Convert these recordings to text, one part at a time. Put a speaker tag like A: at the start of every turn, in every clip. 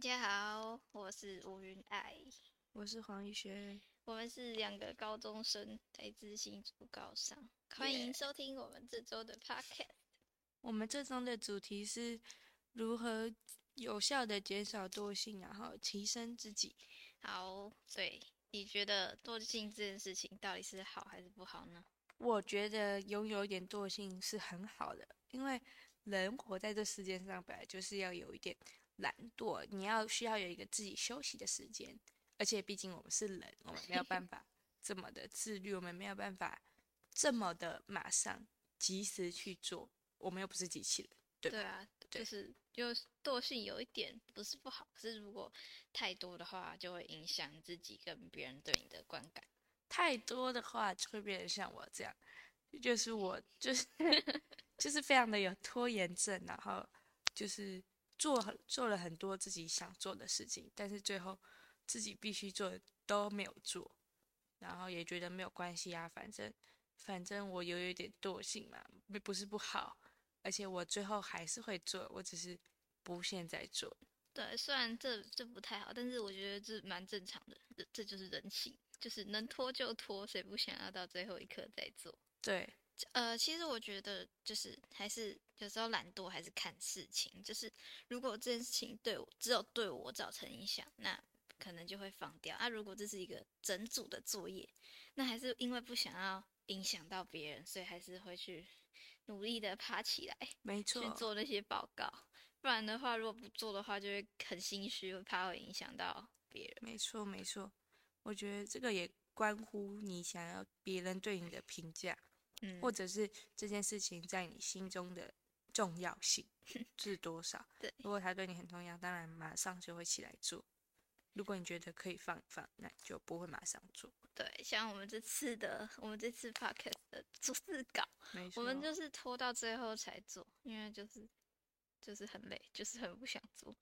A: 家好，我是吴云爱，
B: 我是黄一轩，
A: 我们是两个高中生，来自新竹高上，欢迎收听我们这周的 podcast。
B: 我们这周的主题是如何有效的减少惰性，然后提升自己。
A: 好，对，你觉得惰性这件事情到底是好还是不好呢？
B: 我觉得拥有一点惰性是很好的，因为人活在这世界上本来就是要有一点懒惰，你要需要有一个自己休息的时间。而且毕竟我们是人，我们没有办法这么的自律，我们没有办法这么的马上及时去做，我们又不是机器人，对吧？
A: 对啊，
B: 对
A: 就是就是惰性有一点不是不好，可是如果太多的话，就会影响自己跟别人对你的观感。
B: 太多的话就会变成像我这样，就是我就是 就是非常的有拖延症，然后就是做很做了很多自己想做的事情，但是最后自己必须做的都没有做，然后也觉得没有关系啊，反正反正我有一点惰性嘛，不不是不好，而且我最后还是会做，我只是不现在做。
A: 对，虽然这这不太好，但是我觉得这蛮正常的，这这就是人性，就是能拖就拖，谁不想要到最后一刻再做？
B: 对，
A: 呃，其实我觉得就是还是有时候懒惰还是看事情，就是如果这件事情对我只有对我造成影响，那可能就会放掉。啊，如果这是一个整组的作业，那还是因为不想要影响到别人，所以还是会去努力的爬起来
B: 没错
A: 去，做那些报告。不然的话，如果不做的话，就会很心虚，会怕会影响到别人。
B: 没错，没错，我觉得这个也关乎你想要别人对你的评价，
A: 嗯，
B: 或者是这件事情在你心中的重 要性是多少。
A: 对
B: 如果他对你很重要，当然马上就会起来做；如果你觉得可以放一放，那就不会马上做。
A: 对，像我们这次的，我们这次 podcast 的逐字稿，
B: 没
A: 我们
B: 错
A: 就是拖到最后才做，因为就是就是很累，就是很不想做。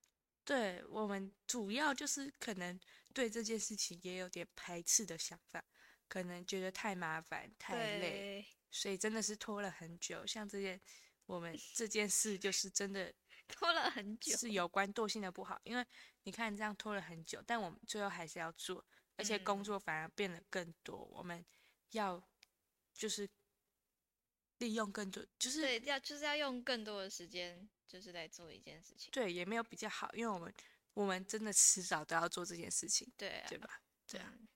B: 对我们主要就是可能对这件事情也有点排斥的想法，可能觉得太麻烦、太累，
A: 对，
B: 所以真的是拖了很久。像这件我们这件事，就是真的
A: 拖了很久。
B: 是 有关惰性的不好，因为你看这样拖了很久，但我们最后还是要做，而且工作反而变得更多，我们要就是利用更多，就是
A: 对，要就是要用更多的时间，就是来做一件事情。
B: 对也没有比较好，因为我们我们真的迟早都要做这件事情，
A: 对啊，
B: 对吧？对啊
A: 嗯
B: 嗯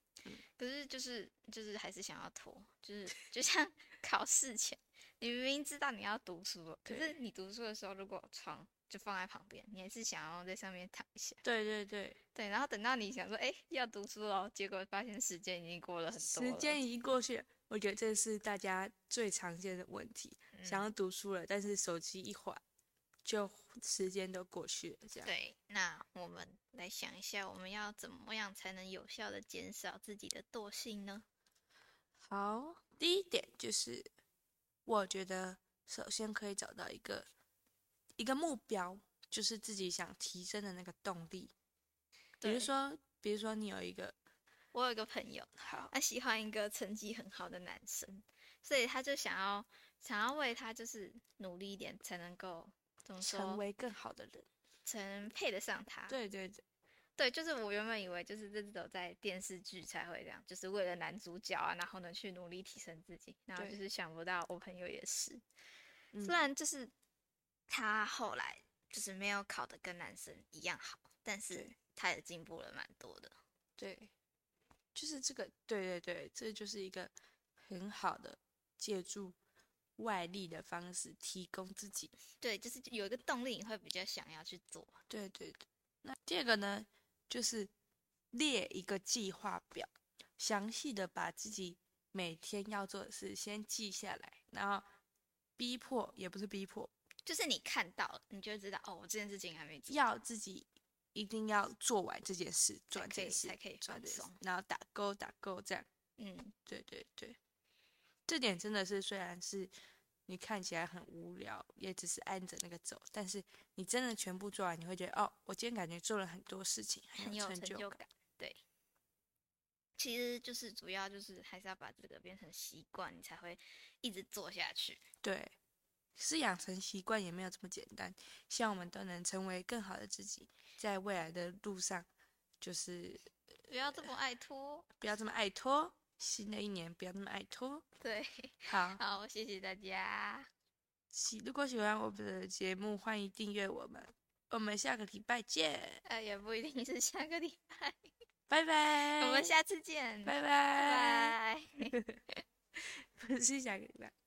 A: 可是就是就是还是想要拖，就是就像 考试前，你明明知道你要读书了，可是
B: 对
A: 你读书的时候，如果床就放在旁边，你还是想要在上面躺一下。
B: 对对对，
A: 对，然后等到你想说，哎，要读书哦，结果发现时间已经过了很多
B: 时
A: 了
B: 间已经过去了，我觉得这是大家最常见的问题，想要
A: 嗯
B: 读书了，但是手机一滑，就时间都过去了，这样。
A: 对，那我们来想一下，我们要怎么样才能有效的减少自己的惰性呢？
B: 好，第一点就是，我觉得首先可以找到一个一个目标，就是自己想提升的那个动力。比
A: 对
B: 如说，比如说你有一个
A: 我有一个朋友，
B: 好，
A: 他喜欢一个成绩很好的男生，所以他就想要想要为他就是努力一点，才能够怎么
B: 成
A: 说，啊
B: 为更好的人。
A: 才能配得上他。
B: 对对对，
A: 对，就是我原本以为就是这只有在电视剧才会这样，就是为了男主角啊，然后呢去努力提升自己，然后就
B: 对
A: 是想不到我朋友也是，
B: 嗯
A: 虽然就是他后来就是没有考得跟男生一样好，但是
B: 对
A: 他也进步了蛮多的。
B: 对，就是这个，对对对，这就是一个很好的借助外力的方式提供自己
A: 对，就是有一个动力，你会比较想要去做。
B: 对对对，那第二个呢，就是列一个计划表，详细的把自己每天要做的事先记下来，然后逼迫也不是逼迫，
A: 就是你看到了，你就会知道哦，我这件事情还没做，
B: 要自己一定要做完这件事，
A: 才
B: 做完
A: 可
B: 这
A: 以
B: 件事
A: 才，可以
B: 做
A: 放
B: 完这件事
A: 松。，
B: 然后打勾打勾这样。
A: 嗯，
B: 对对对，这点真的是虽然是。你看起来很无聊，也只是按着那个走，但是你真的全部做完，你会觉得哦，我今天感觉做了很多事情，
A: 很
B: 很
A: 有
B: 有
A: 成
B: 成
A: 就
B: 就
A: 感。对，其实就是主要就是还是要把这个变成习惯，你才会一直做下去。
B: 对，可是养成习惯也没有这么简单，希望我们都能成为更好的自己，在未来的路上，就是
A: 不要这么爱拖。
B: 不要这么爱拖。新的一年不要那么爱拖。
A: 对，
B: 好，
A: 好，谢谢大家，
B: 喜如果喜欢我们的节目，欢迎订阅我们。我们下个礼拜见，
A: 呃，也不一定是下个礼拜，
B: 拜拜。
A: 我们下次见，
B: 拜拜，
A: 拜拜。
B: 不是下个礼拜。